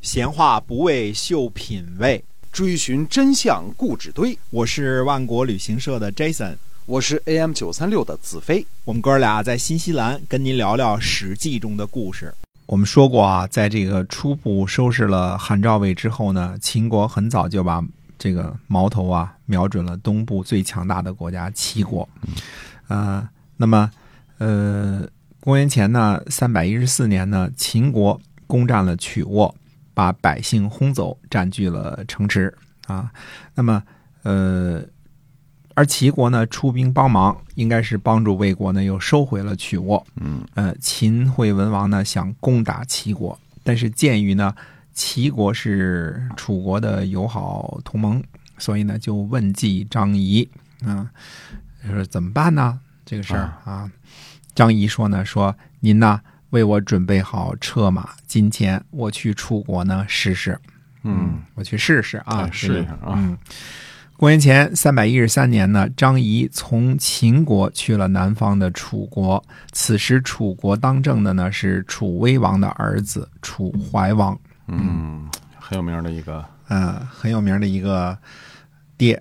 闲话不为秀品味，追寻真相故纸堆。我是万国旅行社的 Jason，我是 AM 九三六的子飞。我们哥俩在新西兰跟您聊聊《史记》中的故事。我们说过啊，在这个初步收拾了韩赵魏之后呢，秦国很早就把这个矛头啊瞄准了东部最强大的国家齐国。啊，那么呃，公元前呢三百一十四年呢，秦国攻占了曲沃，把百姓轰走，占据了城池啊。那么呃，而齐国呢出兵帮忙，应该是帮助魏国呢又收回了曲沃。嗯，呃，秦惠文王呢想攻打齐国，但是鉴于呢齐国是楚国的友好同盟，所以呢就问计张仪啊，就是怎么办呢？这个事儿啊，张仪说呢说您呐为我准备好车马金钱，我去楚国呢试试。嗯，我去试试啊哎，这个试一下啊嗯，公元前三百一十三年呢，张仪从秦国去了南方的楚国。此时楚国当政的呢是楚威王的儿子楚怀王，嗯，很有名的一个，呃，很有名的一个 爹，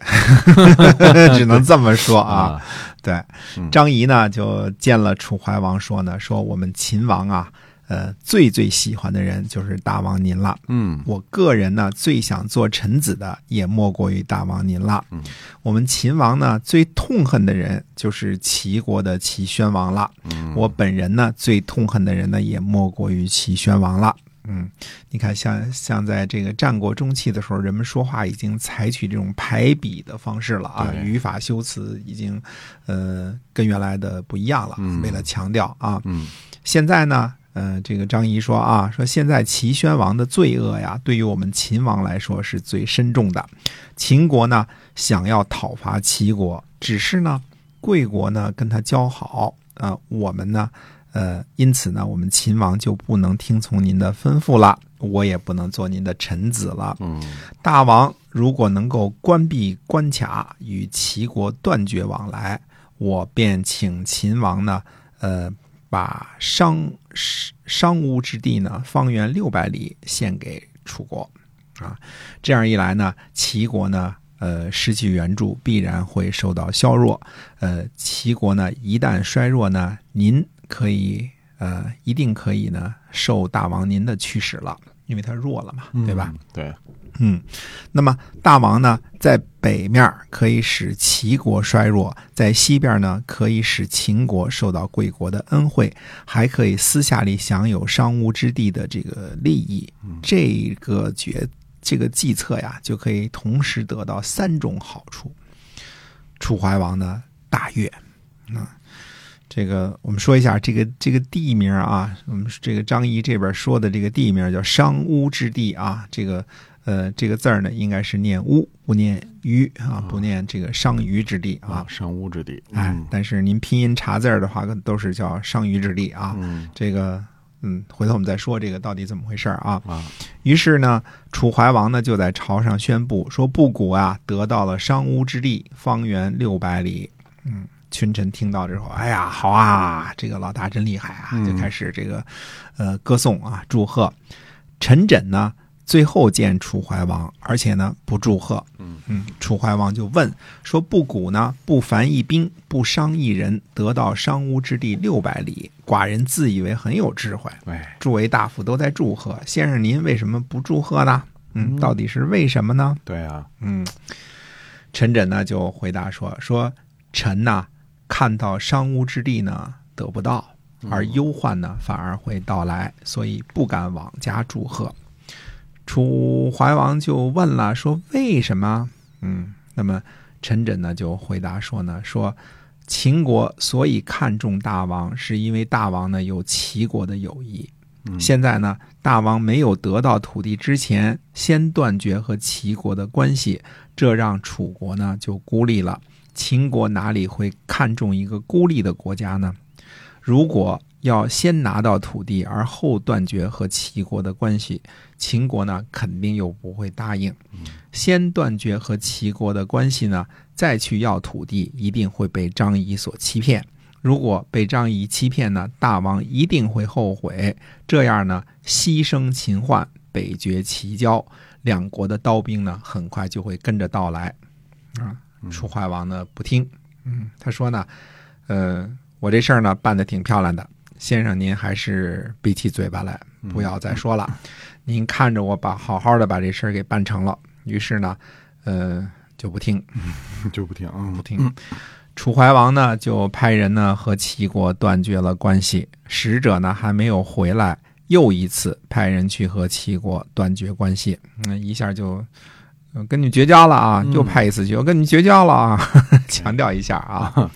只能这么说啊。对，嗯张仪呢就见了楚怀王，说呢说我们秦王啊，呃，最最喜欢的人就是大王您了。嗯我个人呢，最想做臣子的也莫过于大王您了。嗯我们秦王呢，最痛恨的人就是齐国的齐宣王了。嗯，我本人呢，最痛恨的人呢，也莫过于齐宣王了。嗯，你看，像像在这个战国中期的时候，人们说话已经采取这种排比的方式了啊，对语法修辞已经，呃，跟原来的不一样了。嗯为了强调啊，嗯现在呢，呃，这个张仪说啊，说现在齐宣王的罪恶呀，对于我们秦王来说是最深重的。秦国呢，想要讨伐齐国，只是呢，贵国呢跟他交好啊、我们呢，呃，因此呢，我们秦王就不能听从您的吩咐了，我也不能做您的臣子了。嗯大王如果能够关闭关卡，与齐国断绝往来，我便请秦王呢，呃，把商商乌之地呢，方圆六百里献给楚国，啊，这样一来呢，齐国呢。呃，失去援助必然会受到削弱。呃，齐国呢，一旦衰弱呢，您可以呃，一定可以呢，受大王您的驱使了，因为他弱了嘛，对吧？？对，嗯，那么大王呢，在北面可以使齐国衰弱，在西边呢可以使秦国受到贵国的恩惠，还可以私下里享有商务之地的这个利益。这个决这个计策呀，就可以同时得到三种好处。楚怀王呢大悦，嗯，这个我们说一下这个这个地名啊，我们这个张仪这边说的这个地名叫商乌之地啊，这个呃这个字儿呢应该是念乌，不念鱼啊，不念这个商于之地啊啊，，上屋之地，哎，但是您拼音查字儿的话，都是叫商于之地啊，嗯这个嗯，回头我们再说这个到底怎么回事儿啊。啊，于是呢，楚怀王呢就在朝上宣布说，布谷啊得到了商乌之地，方圆六百里。嗯，群臣听到之后，哎呀，好啊，这个老大真厉害啊，嗯就开始这个呃歌颂啊，祝贺。陈轸呢最后见楚怀王，而且呢不祝贺。嗯楚怀王就问说：“布谷呢，不凡一兵，不伤一人，得到商乌之地六百里，寡人自以为很有智慧。”哎，诸位大夫都在祝贺，先生您为什么不祝贺呢？嗯，嗯到底是为什么呢？对啊，嗯，陈轸呢就回答说：“说臣呐、看到商乌之地呢得不到，而忧患呢反而会到来，所以不敢往家祝贺。”楚怀王就问了，说：“为什么？”嗯，那么陈轸呢就回答说呢：“说秦国所以看重大王，是因为大王呢有齐国的友谊。嗯现在呢，大王没有得到土地之前，先断绝和齐国的关系，这让楚国呢就孤立了。秦国哪里会看重一个孤立的国家呢？如果要先拿到土地，而后断绝和齐国的关系，秦国呢肯定又不会答应。先断绝和齐国的关系呢，再去要土地，一定会被张仪所欺骗。如果被张仪欺骗呢，大王一定会后悔。这样呢，牺牲秦患，北绝齐交，两国的刀兵呢很快就会跟着到来。啊，嗯楚怀王呢不听，嗯，他说呢，呃，我这事儿呢办得挺漂亮的，先生您还是闭起嘴巴来，嗯不要再说了。您看着我把好好的把这事儿给办成了。于是呢，呃，就不听，就不听啊嗯不，听。楚怀王呢，就派人呢和齐国断绝了关系。使者呢还没有回来，又一次派人去和齐国断绝关系。嗯，一下就、呃跟你绝交了啊！嗯又派一次去，我跟你绝交了啊！强调一下啊。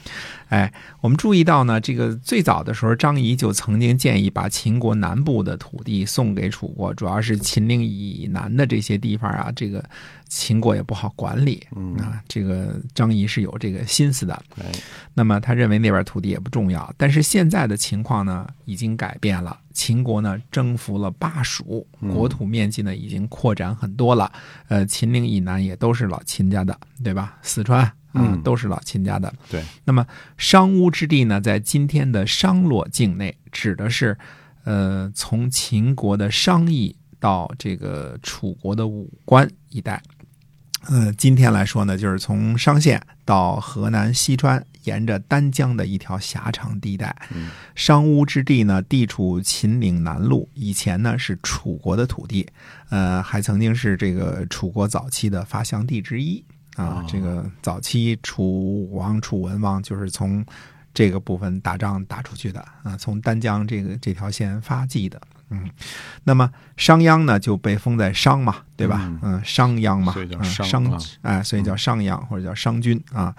哎，我们注意到呢，这个最早的时候，张仪就曾经建议把秦国南部的土地送给楚国，主要是秦岭以南的这些地方啊，这个秦国也不好管理。嗯，啊，这个张仪是有这个心思的。哎，那么他认为那边土地也不重要，但是现在的情况呢已经改变了。秦国呢征服了巴蜀，嗯国土面积呢已经扩展很多了。呃，秦岭以南也都是老秦家的，对吧？四川啊、嗯都是老秦家的。对，那么商乌之地呢，在今天的商洛境内，指的是呃从秦国的商邑到这个楚国的武关一带。呃，今天来说呢，就是从商县到河南西川，沿着丹江的一条狭长地带。嗯商乌之地呢，地处秦岭南麓，以前呢是楚国的土地，呃，还曾经是这个楚国早期的发祥地之一啊。哦这个早期楚武王、楚文王就是从这个部分打仗打出去的啊，从丹江这个这条线发迹的。嗯，那么商鞅呢就被封在商嘛，对吧？嗯嗯，商鞅嘛，所以叫嗯商商啊哎，所以叫商鞅或者叫商君啊。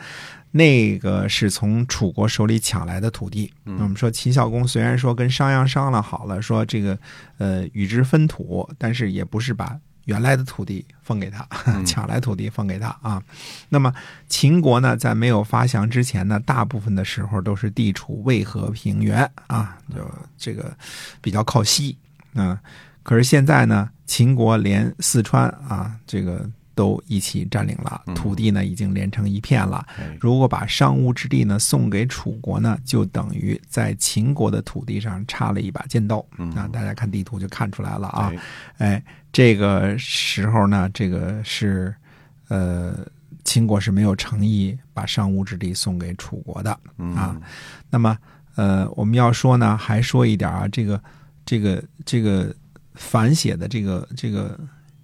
那个是从楚国手里抢来的土地。嗯那我们说秦孝公虽然说跟商鞅商量好了，说这个呃与之分土，但是也不是把原来的土地分给他， 嗯抢来土地分给他啊。那么秦国呢，在没有发祥之前呢，大部分的时候都是地处渭河平原啊，就这个比较靠西。嗯，可是现在呢，秦国连四川啊，这个都一起占领了，嗯土地呢已经连成一片了。哎如果把商务之地呢送给楚国呢，就等于在秦国的土地上插了一把尖刀。嗯啊，大家看地图就看出来了啊。哎哎，这个时候呢，这个是，呃，秦国是没有诚意把商务之地送给楚国的。嗯啊那么，呃，我们要说呢，还说一点啊，这个，这个，这个反写的这个这个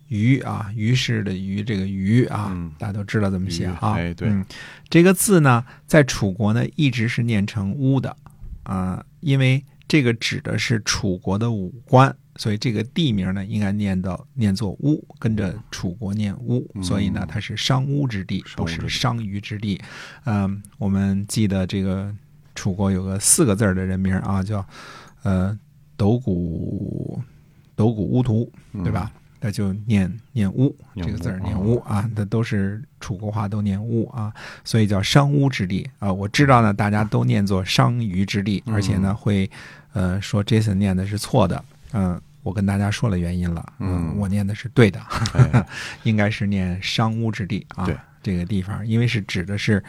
鱼啊，于是的鱼，这个鱼啊，嗯大家都知道怎么写啊。鱼哎对嗯，这个字呢，在楚国呢一直是念成乌的啊、因为这个指的是楚国的武关。所以这个地名呢，应该念到念作乌，跟着楚国念乌，嗯所以呢，它是商乌之地，商不乌之地是商于之地。嗯，我们记得这个楚国有个四个字儿的人名啊，叫呃斗谷斗谷乌图，嗯对吧？那就念念乌念这乌个字儿，啊念乌啊，那都是楚国话都念乌啊，所以叫商乌之地啊。我知道呢，大家都念作商于之地，嗯而且呢会呃说 Jason 念的是错的，嗯、我跟大家说了原因了，嗯我念的是对的， 哎应该是念商乌之地啊对，这个地方，因为是指的是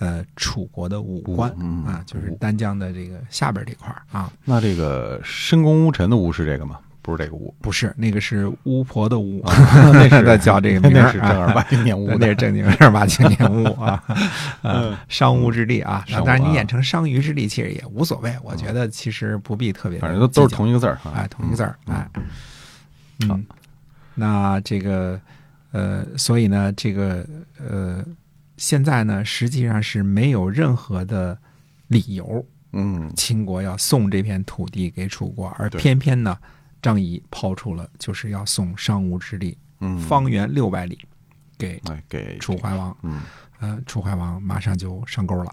呃楚国的武关嗯啊，就是武丹江的这个下边这块儿啊，那这个深宫污尘的污是这个吗？不是这 个污，不是那个是巫婆的 巫，那是在叫这个 名儿啊那是正儿八 经念 污那的是正经正儿八经念污 啊，呃嗯，商务之地啊，商务当然你啊演成商于之地其实也无所谓，我觉得其实不必特别，反正都都是同一个字儿哈，哎同一个字儿嗯哎，好嗯，那这个呃，所以呢，这个呃，现在呢，实际上是没有任何的理由，嗯，秦国要送这片土地给楚国，而对偏偏呢，张仪抛出了就是要送商吴之地，嗯，方圆六百里给哎给楚怀王。嗯呃，楚怀王马上就上钩了